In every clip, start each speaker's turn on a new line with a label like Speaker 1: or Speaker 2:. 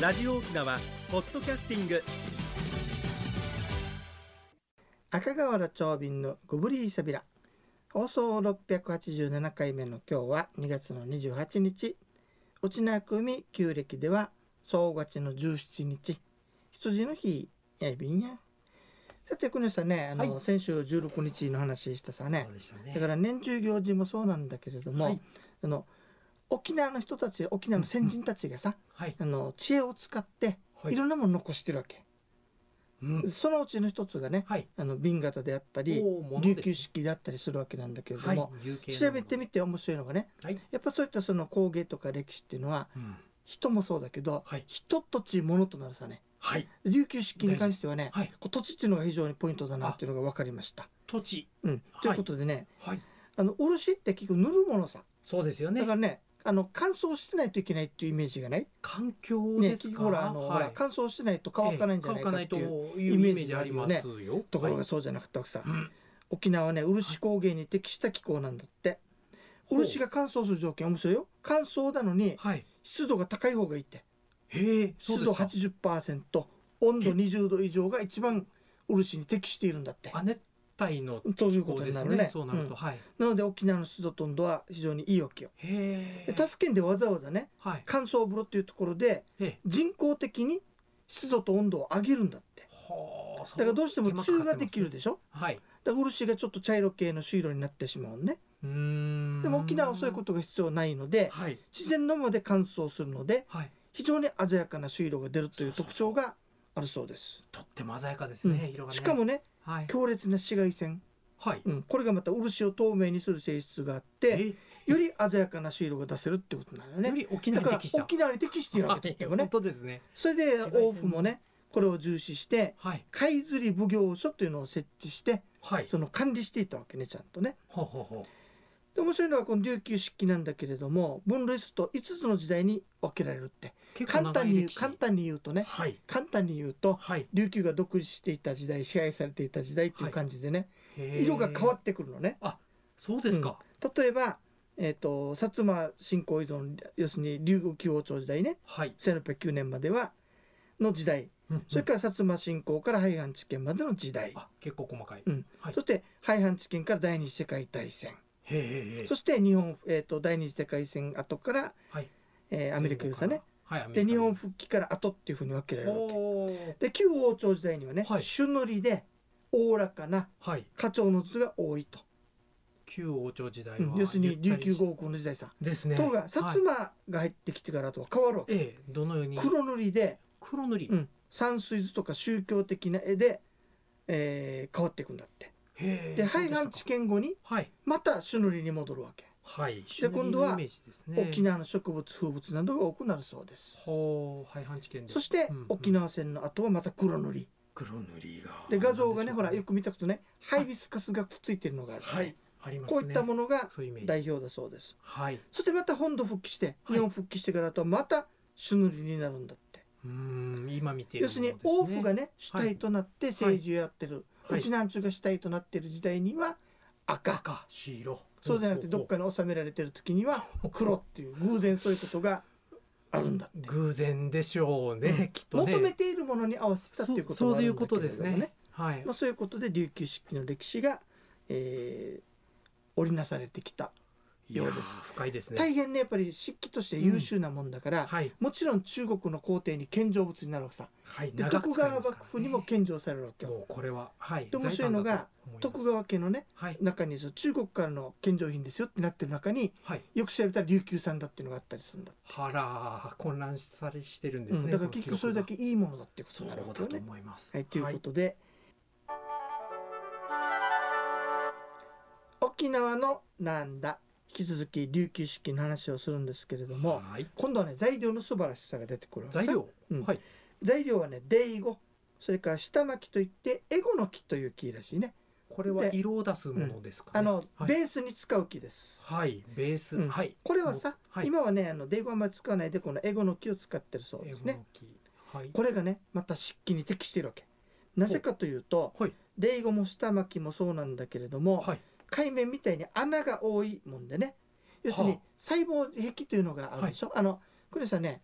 Speaker 1: ラジオ沖縄ポッドキャスティング
Speaker 2: 赤瓦長瓶のゴブリーサビラ放送687回目の今日は2月の28日内縄組旧暦では総勝ちの17日羊の日やいびんやさて国吉さんねあの、
Speaker 3: はい
Speaker 2: 先週16日の話したさね
Speaker 3: そうでした
Speaker 2: だか
Speaker 3: ね。
Speaker 2: ら年中行事もそうなんだけれども、
Speaker 3: はい
Speaker 2: あの沖縄の人たち沖縄の先人たちがさ、
Speaker 3: はい。
Speaker 2: あの知恵を使って
Speaker 3: はい
Speaker 2: いろんなもの残してるわけ、
Speaker 3: うん
Speaker 2: そのうちの一つがね
Speaker 3: はい。
Speaker 2: あの瓶型であったり
Speaker 3: おー物ですね
Speaker 2: 琉球式であったりするわけなんだけれど
Speaker 3: はい
Speaker 2: も、。
Speaker 3: 有形
Speaker 2: 調
Speaker 3: のもの
Speaker 2: べてみて面白いのがね
Speaker 3: はい。
Speaker 2: やっぱそういったその工芸とか歴史っていうのは
Speaker 3: うん
Speaker 2: 人もそうだけど、
Speaker 3: はい
Speaker 2: 人と地物となるさね
Speaker 3: はい。
Speaker 2: 琉球式に関してはね、
Speaker 3: はい。
Speaker 2: こう土地っていうのが非常にポイントだなっていうのが分かりました。
Speaker 3: 土地。
Speaker 2: うん、ということでね、
Speaker 3: はい。
Speaker 2: あの漆って結局塗るものさ
Speaker 3: そうですよ
Speaker 2: だ
Speaker 3: ね
Speaker 2: か。らねあの乾燥してないといけないっていうイメージがない
Speaker 3: 環境
Speaker 2: ね
Speaker 3: で
Speaker 2: 結
Speaker 3: す
Speaker 2: 局
Speaker 3: か。
Speaker 2: ほらあの、ほら
Speaker 3: はい
Speaker 2: 乾燥してないと乾かないんじゃないかってい
Speaker 3: 乾
Speaker 2: う
Speaker 3: かないというイメージあります
Speaker 2: イメー
Speaker 3: よ。
Speaker 2: ところ
Speaker 3: は
Speaker 2: が
Speaker 3: い
Speaker 2: そうじゃなかったわけさ、
Speaker 3: うん
Speaker 2: 沖縄はね漆工芸に適した気候なんだって、
Speaker 3: ほう
Speaker 2: 漆が乾燥する条件面白いよ乾燥なのに
Speaker 3: はい。
Speaker 2: 湿度が高い方がいいって
Speaker 3: へえ。そうで
Speaker 2: 湿度
Speaker 3: すか。
Speaker 2: 80%温度20度以上が一番漆に適しているんだって
Speaker 3: 亜熱帯の
Speaker 2: そういう
Speaker 3: 気
Speaker 2: こ
Speaker 3: 候
Speaker 2: と
Speaker 3: で
Speaker 2: にな
Speaker 3: す
Speaker 2: るね
Speaker 3: ね。そうなると
Speaker 2: うん
Speaker 3: はい。
Speaker 2: なので沖縄の湿度と温度は非常にいいわけよ
Speaker 3: へ
Speaker 2: で
Speaker 3: え。
Speaker 2: 他府県でわざわざね
Speaker 3: はい。
Speaker 2: 乾燥風呂っていうところで
Speaker 3: へえ。
Speaker 2: 人工的に湿度と温度を上げるんだって
Speaker 3: はあ。
Speaker 2: だからどうしても
Speaker 3: そ
Speaker 2: 中
Speaker 3: う
Speaker 2: ができ
Speaker 3: 手間かかってますね
Speaker 2: るでしょ
Speaker 3: はい。
Speaker 2: だから漆がちょっと茶色系の朱色になってしまうのね
Speaker 3: うーん。。
Speaker 2: でも沖縄はそういうこととが必要ないので
Speaker 3: はい。
Speaker 2: 自然のままで乾燥するので
Speaker 3: はい。
Speaker 2: 非常に鮮やかな朱色が出るという
Speaker 3: そうそう
Speaker 2: 特徴があるそうです、
Speaker 3: とっても鮮やかですね。
Speaker 2: うん
Speaker 3: 色がね。
Speaker 2: しかもね
Speaker 3: はい。
Speaker 2: 強烈な紫外線、
Speaker 3: はい。
Speaker 2: うん、これがまた漆を透明にする性質があって
Speaker 3: え
Speaker 2: より鮮やかな朱色が出せるってことなの
Speaker 3: よ
Speaker 2: ね
Speaker 3: り沖
Speaker 2: だ
Speaker 3: 縄に
Speaker 2: から
Speaker 3: 適した。
Speaker 2: 沖縄に適しているわけだよ
Speaker 3: はい本
Speaker 2: ね
Speaker 3: 当ですね。
Speaker 2: それで
Speaker 3: 紫外線
Speaker 2: 王府もねこれを重視して
Speaker 3: はい。
Speaker 2: 貝釣り奉行所というのを設置して
Speaker 3: はい。
Speaker 2: その管理していたわけねちゃんとね。
Speaker 3: ほうほうほ
Speaker 2: で面白いのはこの琉球漆器なんだけれども分類すると5つの時代に分けられるって
Speaker 3: う。結構長
Speaker 2: 簡
Speaker 3: い
Speaker 2: 単に言う
Speaker 3: 歴史。
Speaker 2: 簡単に言うとね
Speaker 3: はい。
Speaker 2: 簡単に言うと
Speaker 3: はい。
Speaker 2: 琉球が独立していた時代支配されていた時代っていう感じでね、
Speaker 3: へー
Speaker 2: 色が変わってくるのね。
Speaker 3: そうですか。
Speaker 2: 例えば、えー、と薩摩新興依存要するに琉球王朝時代ね
Speaker 3: はい。
Speaker 2: 1609年まではの時代
Speaker 3: うん
Speaker 2: それから薩摩新興から廃藩置県までの時代、
Speaker 3: あ、結構細かい。
Speaker 2: うん
Speaker 3: はい
Speaker 2: そ。して廃藩置県から第二次世界大戦
Speaker 3: へえへえ
Speaker 2: そ。して日本、えー、と第二次世界戦後から、
Speaker 3: はい。
Speaker 2: えーアメリカですよね。
Speaker 3: はい。アメリ
Speaker 2: で
Speaker 3: カ
Speaker 2: 日本。復帰から後っていうふうに分けられるわけ
Speaker 3: ほう。
Speaker 2: で旧王朝時代にはね、
Speaker 3: はい
Speaker 2: 朱塗りでおおらかな
Speaker 3: はい。
Speaker 2: 花鳥の図が多いと、
Speaker 3: 旧王朝時代
Speaker 2: う
Speaker 3: は
Speaker 2: ん。要するに琉球
Speaker 3: 語
Speaker 2: 豪国の時代さ、
Speaker 3: ですね。
Speaker 2: ところが薩
Speaker 3: はい。
Speaker 2: 摩が入ってきてからとは変わるわけ、
Speaker 3: ええ、どのように。
Speaker 2: 黒塗りで、
Speaker 3: 黒塗り。
Speaker 2: うん、山水図とか宗教的な絵で、えー変わっていくんだって
Speaker 3: へえ。そう
Speaker 2: で廃
Speaker 3: でした
Speaker 2: 藩
Speaker 3: か
Speaker 2: 置県後に
Speaker 3: はい。
Speaker 2: また朱塗りに戻るわけ、
Speaker 3: はい。
Speaker 2: で今度は
Speaker 3: 朱塗りのイメージですね
Speaker 2: 沖。縄の植物風物などが多くなるそうです
Speaker 3: ほう。廃藩置県で。
Speaker 2: そして、
Speaker 3: うんうん
Speaker 2: 沖縄戦の後はまた黒塗り
Speaker 3: 黒塗りが。
Speaker 2: で画像がね
Speaker 3: なん
Speaker 2: ほ
Speaker 3: でしょう
Speaker 2: らよく見たくとねハイビスカスがくっついてるのがある、
Speaker 3: はい。ありますね。
Speaker 2: こういったものが
Speaker 3: そういうイメージ。
Speaker 2: 代表だそうです
Speaker 3: はい。
Speaker 2: そしてまた本土復帰して
Speaker 3: はい
Speaker 2: 日本復帰してからとまた朱塗りになるんだって、
Speaker 3: うーん、今見ている
Speaker 2: 要
Speaker 3: も
Speaker 2: す
Speaker 3: の
Speaker 2: るに
Speaker 3: ですね
Speaker 2: 王府がね主体となって政治をやってる、
Speaker 3: はいう
Speaker 2: ちなんちゅが主体となってる時代には赤、
Speaker 3: 赤、白。
Speaker 2: そうじゃなくてどっかに収められてる時には黒っていう偶然そういうことがあるんだって、
Speaker 3: 偶然でしょうね、
Speaker 2: うん
Speaker 3: きっとね。
Speaker 2: 求めているものに合わせたっていうこと
Speaker 3: そ
Speaker 2: も
Speaker 3: う
Speaker 2: あ
Speaker 3: そうい
Speaker 2: る
Speaker 3: うんこ
Speaker 2: だ
Speaker 3: と
Speaker 2: け
Speaker 3: で
Speaker 2: れ
Speaker 3: す
Speaker 2: どもね
Speaker 3: ね。はい
Speaker 2: ま。あ、そういうことで琉球式の歴史が、えー織りなされてきた
Speaker 3: いやー
Speaker 2: ようです
Speaker 3: 深いですね。
Speaker 2: 大変ねやっぱり漆器として優秀なもんだから、
Speaker 3: はい。
Speaker 2: もちろん中国の皇帝に献上物になるわけさ
Speaker 3: はい。
Speaker 2: で
Speaker 3: 長く
Speaker 2: 徳
Speaker 3: 使いますからね
Speaker 2: 川幕府にも献上されるわけよ
Speaker 3: もうこれは、はい。
Speaker 2: で面白いのが徳
Speaker 3: 川。
Speaker 2: 川家のね
Speaker 3: はい。
Speaker 2: 中にその中国からの献上品ですよってなってる中に
Speaker 3: はい。
Speaker 2: よく調べたら琉球産だっていうのがあったりするんだ、
Speaker 3: はらー、混乱されしてるんです
Speaker 2: うん
Speaker 3: ね。
Speaker 2: だから結局それだけいいものだっていうこと
Speaker 3: そ
Speaker 2: に
Speaker 3: う
Speaker 2: な
Speaker 3: な
Speaker 2: る
Speaker 3: る
Speaker 2: わ
Speaker 3: こ
Speaker 2: け
Speaker 3: とだ
Speaker 2: よ
Speaker 3: と
Speaker 2: ね。
Speaker 3: 思います。
Speaker 2: はい、ということで、沖縄のなんだ引き続き琉球式の話をするんですけれども
Speaker 3: はい。
Speaker 2: 今度はね材料の素晴らしさが出てくるわけさ
Speaker 3: 材料
Speaker 2: うん。
Speaker 3: はい。
Speaker 2: 材料はねデイゴそれから下巻きといってエゴの木という木らしいね
Speaker 3: これは
Speaker 2: で
Speaker 3: 色を出すものですかね。
Speaker 2: あの、
Speaker 3: はい
Speaker 2: ベースに使う木です
Speaker 3: はい。ベース。
Speaker 2: うん
Speaker 3: はい。
Speaker 2: これはさ、
Speaker 3: はい
Speaker 2: 今はねあのデイゴあんまり使わないでこのエゴの木を使ってるそうです
Speaker 3: 英語
Speaker 2: ね
Speaker 3: の木。はい。
Speaker 2: これがねまた漆器に適しているわけなぜかというと
Speaker 3: はい。
Speaker 2: デイゴも下巻きもそうなんだけれども、
Speaker 3: はい。
Speaker 2: 海面みたいに穴が多いもんでね要するに
Speaker 3: はあ
Speaker 2: 細胞壁というのがあるでしょ、あのこれさね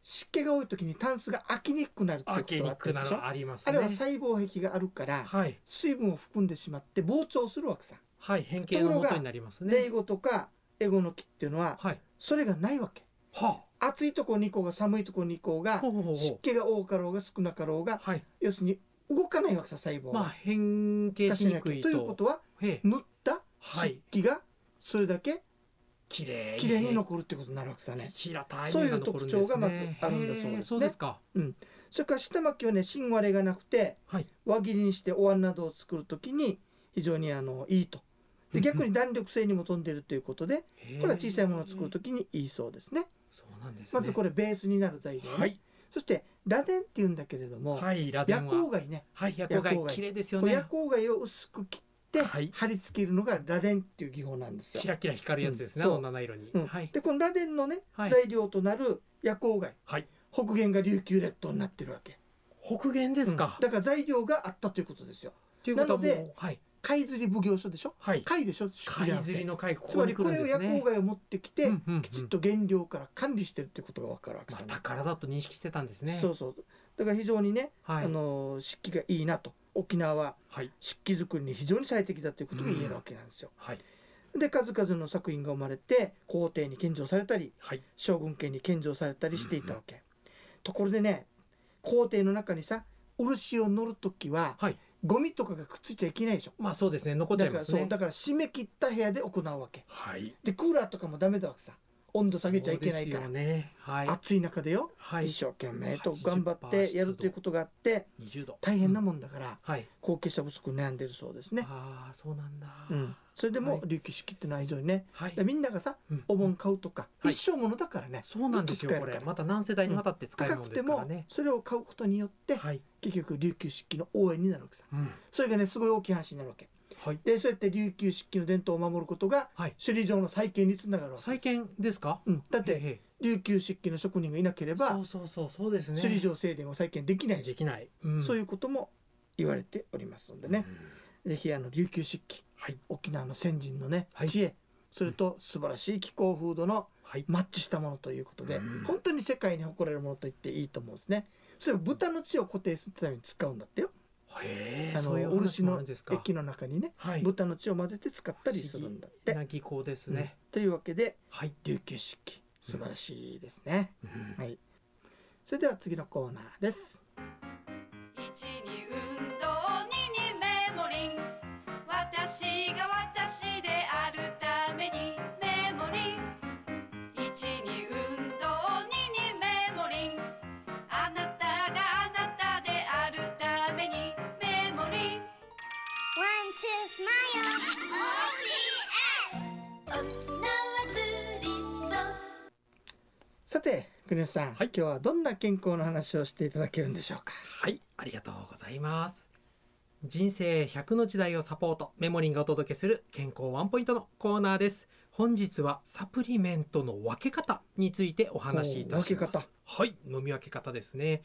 Speaker 2: 湿気が多い時にタンスが開きにくくなるって
Speaker 3: ア
Speaker 2: い
Speaker 3: ケ
Speaker 2: うこ
Speaker 3: ニ
Speaker 2: と
Speaker 3: ッ
Speaker 2: があった
Speaker 3: ク
Speaker 2: りす
Speaker 3: な
Speaker 2: るでしょ
Speaker 3: のあります
Speaker 2: あ
Speaker 3: ね。
Speaker 2: れは細胞壁があるから
Speaker 3: はい
Speaker 2: 水分を含んでしまって膨張するわけさ。
Speaker 3: はい変形の元になります
Speaker 2: でエ
Speaker 3: ね。
Speaker 2: ゴとかエゴの木っていうのは
Speaker 3: はい
Speaker 2: それがないわけ。
Speaker 3: は
Speaker 2: 暑いとこに行こうが寒いとこに行こう
Speaker 3: あ
Speaker 2: が
Speaker 3: ほうほうほう
Speaker 2: 湿
Speaker 3: ほ
Speaker 2: 気が多かろうが少なかろう
Speaker 3: う
Speaker 2: が
Speaker 3: はい
Speaker 2: 要するに動かないわけさ細胞
Speaker 3: まあ
Speaker 2: が。
Speaker 3: 変形しにくい
Speaker 2: ということは
Speaker 3: ええ
Speaker 2: 塗った
Speaker 3: はい
Speaker 2: 湿気がそれだけ
Speaker 3: 綺麗
Speaker 2: 綺麗に残るってことになるわけさね。
Speaker 3: 平たい
Speaker 2: そういう
Speaker 3: 面が残るんですね
Speaker 2: 特徴がまずあるんだそうですね
Speaker 3: へえそうですか。
Speaker 2: それから下巻きはね芯割れがなくて
Speaker 3: はい。
Speaker 2: 輪切りにしてお椀などを作るときに非常にあのいいと。で逆に弾力性にも富んでいるということでこれは小さいものを作ると
Speaker 3: き。
Speaker 2: きにいいそうですね。
Speaker 3: そうなんですね。
Speaker 2: まずこれベースになる材料ね、
Speaker 3: はい
Speaker 2: そして螺鈿って言うんだけれども、
Speaker 3: はいラデ
Speaker 2: 夜
Speaker 3: ン
Speaker 2: 光
Speaker 3: は
Speaker 2: 貝ね
Speaker 3: はい夜光
Speaker 2: 夜光
Speaker 3: 貝
Speaker 2: 貝
Speaker 3: 綺麗ですよ
Speaker 2: こう
Speaker 3: ね
Speaker 2: 夜。光貝を薄く切って
Speaker 3: はい
Speaker 2: 貼り付けるのが螺鈿っていう技法なんですよ
Speaker 3: キ。ラキラ光るやつですね。
Speaker 2: うん
Speaker 3: あ
Speaker 2: そう
Speaker 3: の七色に
Speaker 2: うん。
Speaker 3: はい
Speaker 2: でこの螺鈿のね、
Speaker 3: はい
Speaker 2: 材料となる夜光貝
Speaker 3: はい
Speaker 2: 北限が琉球列島になってるわけ、
Speaker 3: 北限です
Speaker 2: う
Speaker 3: か
Speaker 2: ん。だから材料があったということですよ。
Speaker 3: ということはも
Speaker 2: なの
Speaker 3: うはい
Speaker 2: 貝釣り奉行所でしょ
Speaker 3: はい。
Speaker 2: 貝でしょ出荷じ
Speaker 3: 貝
Speaker 2: ゃなくて
Speaker 3: 釣りの貝こ
Speaker 2: つま
Speaker 3: こ
Speaker 2: り
Speaker 3: に来
Speaker 2: こ
Speaker 3: るん
Speaker 2: れを
Speaker 3: です
Speaker 2: 夜光
Speaker 3: ね。
Speaker 2: 貝を持ってきて、
Speaker 3: うんうんうん
Speaker 2: きちっと原料から管理してるっていうことが分かるわけ
Speaker 3: ま
Speaker 2: さ
Speaker 3: あ
Speaker 2: ね、
Speaker 3: 宝だと認識してたんですね。
Speaker 2: そうそうだから非常にね、
Speaker 3: はい
Speaker 2: あの漆器がいいなと沖縄は
Speaker 3: はい
Speaker 2: 漆器作りに非常に最適だということが言えるわけなんですよ。
Speaker 3: はい
Speaker 2: で数々の作品が生まれて皇帝に献上されたり
Speaker 3: はい
Speaker 2: 将軍家に献上されたりしていたわけ。ところでね皇帝の中にさ漆を乗る時は、
Speaker 3: はい
Speaker 2: ゴミとかがくっついちゃいけないでしょ。
Speaker 3: まあそうですね残っちゃ
Speaker 2: だ
Speaker 3: い
Speaker 2: か
Speaker 3: ま
Speaker 2: ら
Speaker 3: す
Speaker 2: そう
Speaker 3: ね。
Speaker 2: だから締め切った部屋で行うわけ。
Speaker 3: はい。
Speaker 2: でクーラーとかもダメだわけさ温度下げちゃいけないから、
Speaker 3: そうですよね。はい
Speaker 2: 暑い中でよ、
Speaker 3: はい
Speaker 2: 一生懸命と頑張ってやるということがあって
Speaker 3: 二十度。
Speaker 2: 大変なもんだから。
Speaker 3: はい。
Speaker 2: 後継者不足に悩んでるそうですね。
Speaker 3: ああそうなんだ。
Speaker 2: うん、それで
Speaker 3: は
Speaker 2: も
Speaker 3: い
Speaker 2: 琉球式っていうのは非常にね、
Speaker 3: はい
Speaker 2: だから。みんながさ
Speaker 3: うん
Speaker 2: お盆買うとか、
Speaker 3: はい
Speaker 2: 一生ものだからね
Speaker 3: そうなんです
Speaker 2: ず
Speaker 3: よ
Speaker 2: っと
Speaker 3: こ
Speaker 2: 使え
Speaker 3: れ
Speaker 2: るから
Speaker 3: また何世代にわたって使える
Speaker 2: 高
Speaker 3: もん
Speaker 2: く
Speaker 3: で
Speaker 2: て
Speaker 3: すから
Speaker 2: も
Speaker 3: ね。
Speaker 2: それを買うことによって、
Speaker 3: はい。
Speaker 2: 結局琉球式の応援になるわけさ
Speaker 3: うん
Speaker 2: それがねすごい大きい話になるわけ
Speaker 3: はい
Speaker 2: でそうやって琉球式の伝統を守ることが
Speaker 3: はい。
Speaker 2: 首里城の再建につながるわけ
Speaker 3: 再
Speaker 2: です
Speaker 3: 建ですか？
Speaker 2: うん、だっ
Speaker 3: へ
Speaker 2: て
Speaker 3: えへ
Speaker 2: 琉球漆器の職人がいなけれ
Speaker 3: え
Speaker 2: ば
Speaker 3: そうそうそうそうですね。
Speaker 2: 首里城正殿を再建できない、
Speaker 3: できない。
Speaker 2: そういううことも言われておりますので
Speaker 3: ん
Speaker 2: ね、。ぜひあの琉球漆器
Speaker 3: はい
Speaker 2: 沖縄の先人のね、
Speaker 3: はい
Speaker 2: 知恵それと素晴らしい気候風土の
Speaker 3: はい。
Speaker 2: マッチしたものということで、
Speaker 3: うん
Speaker 2: 本当に世界に誇れるものと言っていいと思うんですね。それを豚の血を固定するために使うんだってよ。
Speaker 3: へえ
Speaker 2: あの
Speaker 3: そういう話
Speaker 2: 漆
Speaker 3: もあ
Speaker 2: の
Speaker 3: るんですか。
Speaker 2: 液の中にね、
Speaker 3: はい。
Speaker 2: 豚の血を混ぜて使ったりするんだって。
Speaker 3: な技巧ですね。
Speaker 2: うんというわけで
Speaker 3: はい。
Speaker 2: 琉球漆器素晴らしいですね。
Speaker 3: うん
Speaker 2: はい。それでは次のコーナーです。
Speaker 4: 1に運動2にメモリン私が私であるためにメモリン1に運動2にメモリンあなたがあなたであるためにメモリン
Speaker 5: One, two, smile.
Speaker 4: 沖縄ツーリスト
Speaker 2: さて国吉さん、
Speaker 3: はい
Speaker 2: 今日はどんな健康の話をしていただけるんでしょうか。
Speaker 3: はい、ありがとうございます。人生100の時代をサポート、メモリンがお届けする健康ワンポイントのコーナーです。本日はサプリメントの分け方についてお話しいたし
Speaker 2: おー
Speaker 3: ま
Speaker 2: 分
Speaker 3: す
Speaker 2: け方。
Speaker 3: はい、飲み分け方ですね。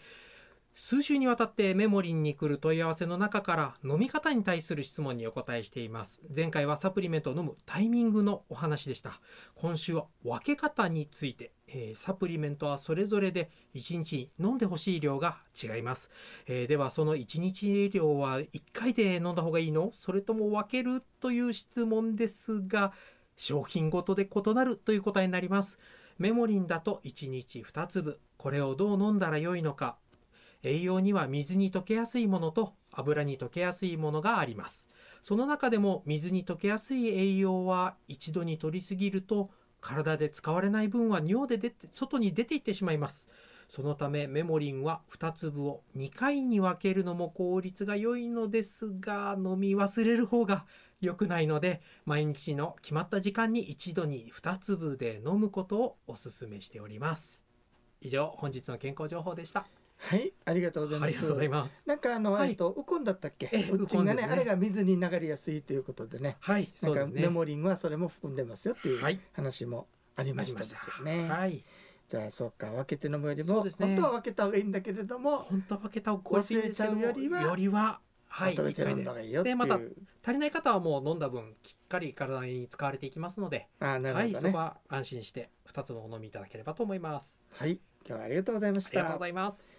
Speaker 3: 数週にわたってメモリンに来る問い合わせの中から飲み方に対する質問にお答えしています。前回はサプリメントを飲むタイミングのお話でした。今週は分け方について、えーサプリメントはそれぞれで1日に飲んでほしい量が違います。えーではその1日量は1回で飲んだ方がいいのそれとも分けるという質問ですが商品ごとで異なるという答えになりますメモリンだと1日2粒これをどう飲んだら良いのか栄養には水に溶けやすいものと油に溶けやすいものがありますその中でも水に溶けやすい栄養は一度に取りすぎると体で使われない分は尿で出て外に出ていってしまいますそのためメモリンは2粒を2回に分けるのも効率が良いのですが飲み忘れる方が良くないので毎日の決まった時間に一度に2粒で飲むことをお勧めしております以上本日の健康情報でした
Speaker 2: はい、ありがとうござい
Speaker 3: あ
Speaker 2: ま
Speaker 3: りが
Speaker 2: す
Speaker 3: とうご。ざいます
Speaker 2: なんかあの、
Speaker 3: はい
Speaker 2: えっとウコンだったっけ？
Speaker 3: ええ
Speaker 2: ウッチンが
Speaker 3: ウコンで
Speaker 2: ね
Speaker 3: すね
Speaker 2: あれが水に流れやすいということでね。
Speaker 3: はい
Speaker 2: な
Speaker 3: そ
Speaker 2: ん
Speaker 3: うで
Speaker 2: か
Speaker 3: す
Speaker 2: メ
Speaker 3: ね
Speaker 2: モリンはそれも含んでますよってい
Speaker 3: は
Speaker 2: う
Speaker 3: い
Speaker 2: 話もありましたですよね。
Speaker 3: はい
Speaker 2: じゃあそうか分けて飲むより
Speaker 3: そ
Speaker 2: も、
Speaker 3: うですね
Speaker 2: 本当は分けた方がいいんだけれども、
Speaker 3: 本当は分けたを超えていいんですけど
Speaker 2: 忘れちゃうよりは
Speaker 3: は
Speaker 2: まとめて飲んだ方がいいよってい
Speaker 3: で
Speaker 2: う。
Speaker 3: また足りない方はもう飲んだ分きっかり体に使われていきますので
Speaker 2: あーな
Speaker 3: は
Speaker 2: る
Speaker 3: い、
Speaker 2: ほど
Speaker 3: そ
Speaker 2: ね。
Speaker 3: こは安心して2つのお飲みいただければと思います。
Speaker 2: はい、今日はありがとうございまし
Speaker 3: りがとう
Speaker 2: た
Speaker 3: ございます。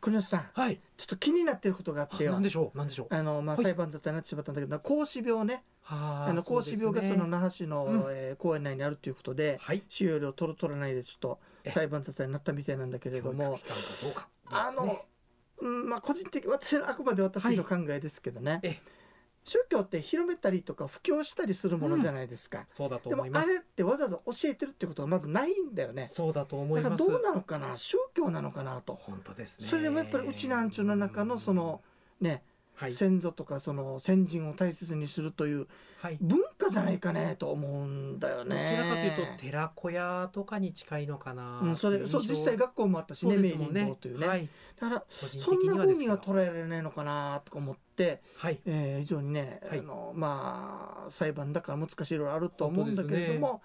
Speaker 2: 国吉さん
Speaker 3: はい。
Speaker 2: ちょっと気になってることがあってよ
Speaker 3: なんでしょう。なんでしょう。
Speaker 2: あのまあ
Speaker 3: はい
Speaker 2: 裁判沙汰になってしまったんだけど孔子病ね
Speaker 3: あ
Speaker 2: あの孔子病がその那覇市の、
Speaker 3: うん
Speaker 2: えー公園内にあるということで
Speaker 3: はい。
Speaker 2: 使用料取る取らないでちょっと
Speaker 3: え
Speaker 2: 裁判沙汰になったみたいなんだけれども
Speaker 3: 教育機関かどうか。
Speaker 2: あの、うん、まあ個人的私のあくまで私の考えですけどね、
Speaker 3: ええ
Speaker 2: 宗教って広めたりとか布教したりするものじゃないですか、
Speaker 3: そうだと
Speaker 2: でも
Speaker 3: 思いま
Speaker 2: あ
Speaker 3: す。
Speaker 2: れってわざわざ教えてるってことはまずないんだよね
Speaker 3: そうだと思
Speaker 2: だ
Speaker 3: い
Speaker 2: から
Speaker 3: ます。
Speaker 2: どうなのかな宗教なのかなと
Speaker 3: 本当ですね。
Speaker 2: それでもやっぱりうちなんちゅうの中のそのね、
Speaker 3: はい
Speaker 2: 先祖とかその先人を大切にするという
Speaker 3: はい。
Speaker 2: 文化じゃないかねと思うんだよ
Speaker 3: ど
Speaker 2: ね。
Speaker 3: ちらかというと寺子屋とかに近いのかな。
Speaker 2: うん、それそう実際学校もあったしね明
Speaker 3: もん
Speaker 2: 倫堂というね、
Speaker 3: はい。
Speaker 2: だから
Speaker 3: 個人的
Speaker 2: そんな
Speaker 3: には
Speaker 2: 風
Speaker 3: ですけ
Speaker 2: に
Speaker 3: ど
Speaker 2: は捉えられないのかなとか思って、
Speaker 3: はい。
Speaker 2: えー非常にね、
Speaker 3: はい
Speaker 2: あのまあ裁判だから難しいいろいろあると思うんだけれども、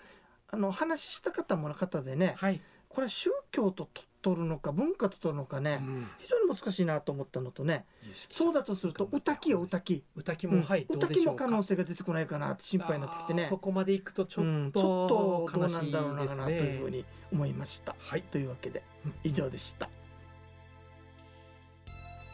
Speaker 2: あの話した方もの方でね、
Speaker 3: はい。
Speaker 2: これは宗教と取るのか文化と取るのかね、
Speaker 3: うん
Speaker 2: 非常に難しいなと思ったのとねそうだとすると歌きよ歌き、
Speaker 3: 歌き
Speaker 2: う
Speaker 3: も
Speaker 2: ん
Speaker 3: はい。どう
Speaker 2: 歌
Speaker 3: で
Speaker 2: き
Speaker 3: しょ
Speaker 2: の
Speaker 3: うか
Speaker 2: 可能性が出てこないかなって心配になってきて
Speaker 3: あー
Speaker 2: ね
Speaker 3: そこまで行くとちょ
Speaker 2: うん
Speaker 3: っ
Speaker 2: ちょ
Speaker 3: と
Speaker 2: っと
Speaker 3: 悲
Speaker 2: どうな
Speaker 3: し
Speaker 2: ん
Speaker 3: い
Speaker 2: だろうな
Speaker 3: です
Speaker 2: かなというふう
Speaker 3: ね。
Speaker 2: に思いました。
Speaker 3: はい。
Speaker 2: というわけで
Speaker 3: うん
Speaker 2: 以上でした。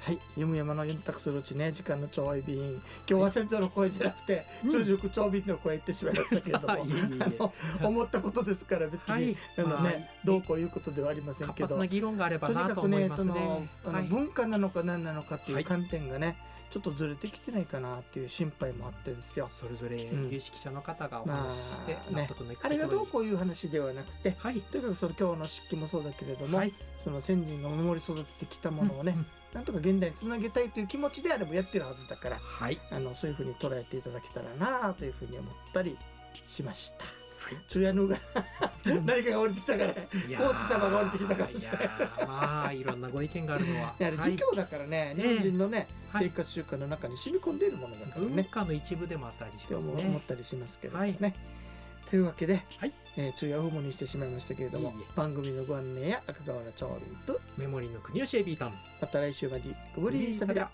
Speaker 2: はい、読む山の四択するうちね時間の長い便今日は先祖の声じゃなくて、
Speaker 3: うん
Speaker 2: 中熟長便の声言ってしまいましたけれど も
Speaker 3: いえいえいえ
Speaker 2: あの思ったことですから別に、
Speaker 3: はい。
Speaker 2: あの
Speaker 3: まあ
Speaker 2: ね、どうこういうことではありません
Speaker 3: 活
Speaker 2: けど
Speaker 3: 発な議論があれば
Speaker 2: とに
Speaker 3: な
Speaker 2: か
Speaker 3: と
Speaker 2: く
Speaker 3: 思い
Speaker 2: ね
Speaker 3: ま
Speaker 2: そ
Speaker 3: す
Speaker 2: の
Speaker 3: ね。
Speaker 2: あ
Speaker 3: は
Speaker 2: の
Speaker 3: い
Speaker 2: 文化なのか何なのかってい
Speaker 3: は
Speaker 2: う
Speaker 3: い
Speaker 2: 観点がね、ちょっとずれてきてないかなっていう心配もあってですよ。
Speaker 3: それぞれ
Speaker 2: うん
Speaker 3: 有識者の方がお話しして
Speaker 2: まあね
Speaker 3: 納得のいく
Speaker 2: あれが
Speaker 3: ところ
Speaker 2: どう
Speaker 3: に
Speaker 2: こういう話ではなくて
Speaker 3: はい。
Speaker 2: とにかくその今日の漆器もそうだけれども、
Speaker 3: はい。
Speaker 2: その先人が守り育ててきたものをね、
Speaker 3: うんうん
Speaker 2: なんとか現代につなげたいという気持ちであればやってるはずだから
Speaker 3: はい。
Speaker 2: あのそういうふうに捉えていただけたらなあというふうに思ったりしました。
Speaker 3: はい
Speaker 2: 中夜のが 何かが降りてきたから
Speaker 3: いや
Speaker 2: 講師様が降りてきたかもしれない
Speaker 3: いやーまあいろんなご意見があるのは
Speaker 2: いやあれ儒教だからね、日本人のね、
Speaker 3: はい
Speaker 2: 生活習慣の中に染み込んでいるものだから
Speaker 3: 文
Speaker 2: ね、
Speaker 3: 化の一部でもあったりし
Speaker 2: と
Speaker 3: ます
Speaker 2: 思
Speaker 3: ね
Speaker 2: 思っ。たりしますけれど
Speaker 3: は
Speaker 2: ね。
Speaker 3: い
Speaker 2: というわけで、
Speaker 3: はい
Speaker 2: えー昼夜訪問にしてしまいましたけれども
Speaker 3: いえいえ
Speaker 2: 番組のご案内や赤瓦長林と
Speaker 3: メモリーの国吉エビータン。
Speaker 2: また来週までご無
Speaker 3: ブリ
Speaker 2: 理さびら。
Speaker 3: ーサビラ